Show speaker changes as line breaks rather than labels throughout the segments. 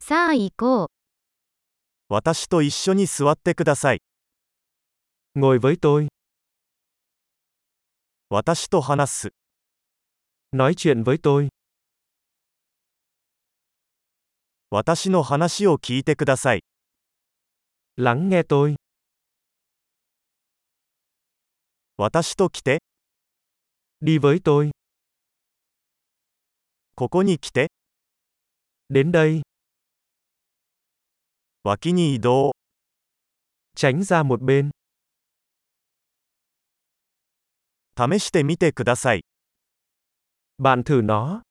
さあ行こう。
私と一緒に座ってください。
Ngồi với tôi,
私と話す。
nói chuyện với tôi,
私の話を聞いてください。
lắng nghe tôi,
私と来て、
đi với tôi,
ここに来て、
đến đây,
脇に移動、
tránh ra một bên,
試してみてください。
bạn thử nó,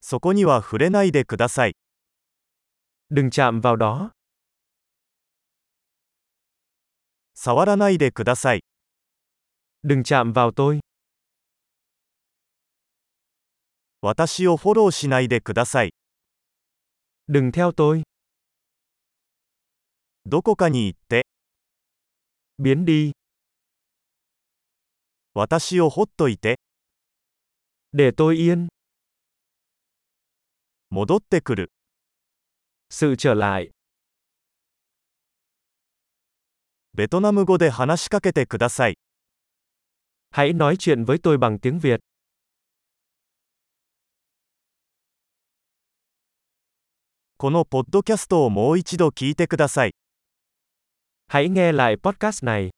そこには触れないでください。
đừng chạm vào đó,
触らないでください。
đừng chạm vào tôi,
私をフォローしないでください。
đừng theo tôi,
どこかに行って、
biến đi,
私をほっといて、
để tôi yên,
戻ってくる。
sự trở lại,
ベトナム語で話しかけてください。
hãy nói chuyện với tôi bằng tiếng Việt,
このポッドキャストをもう一度聞いてください。
hãy nghe lại podcast này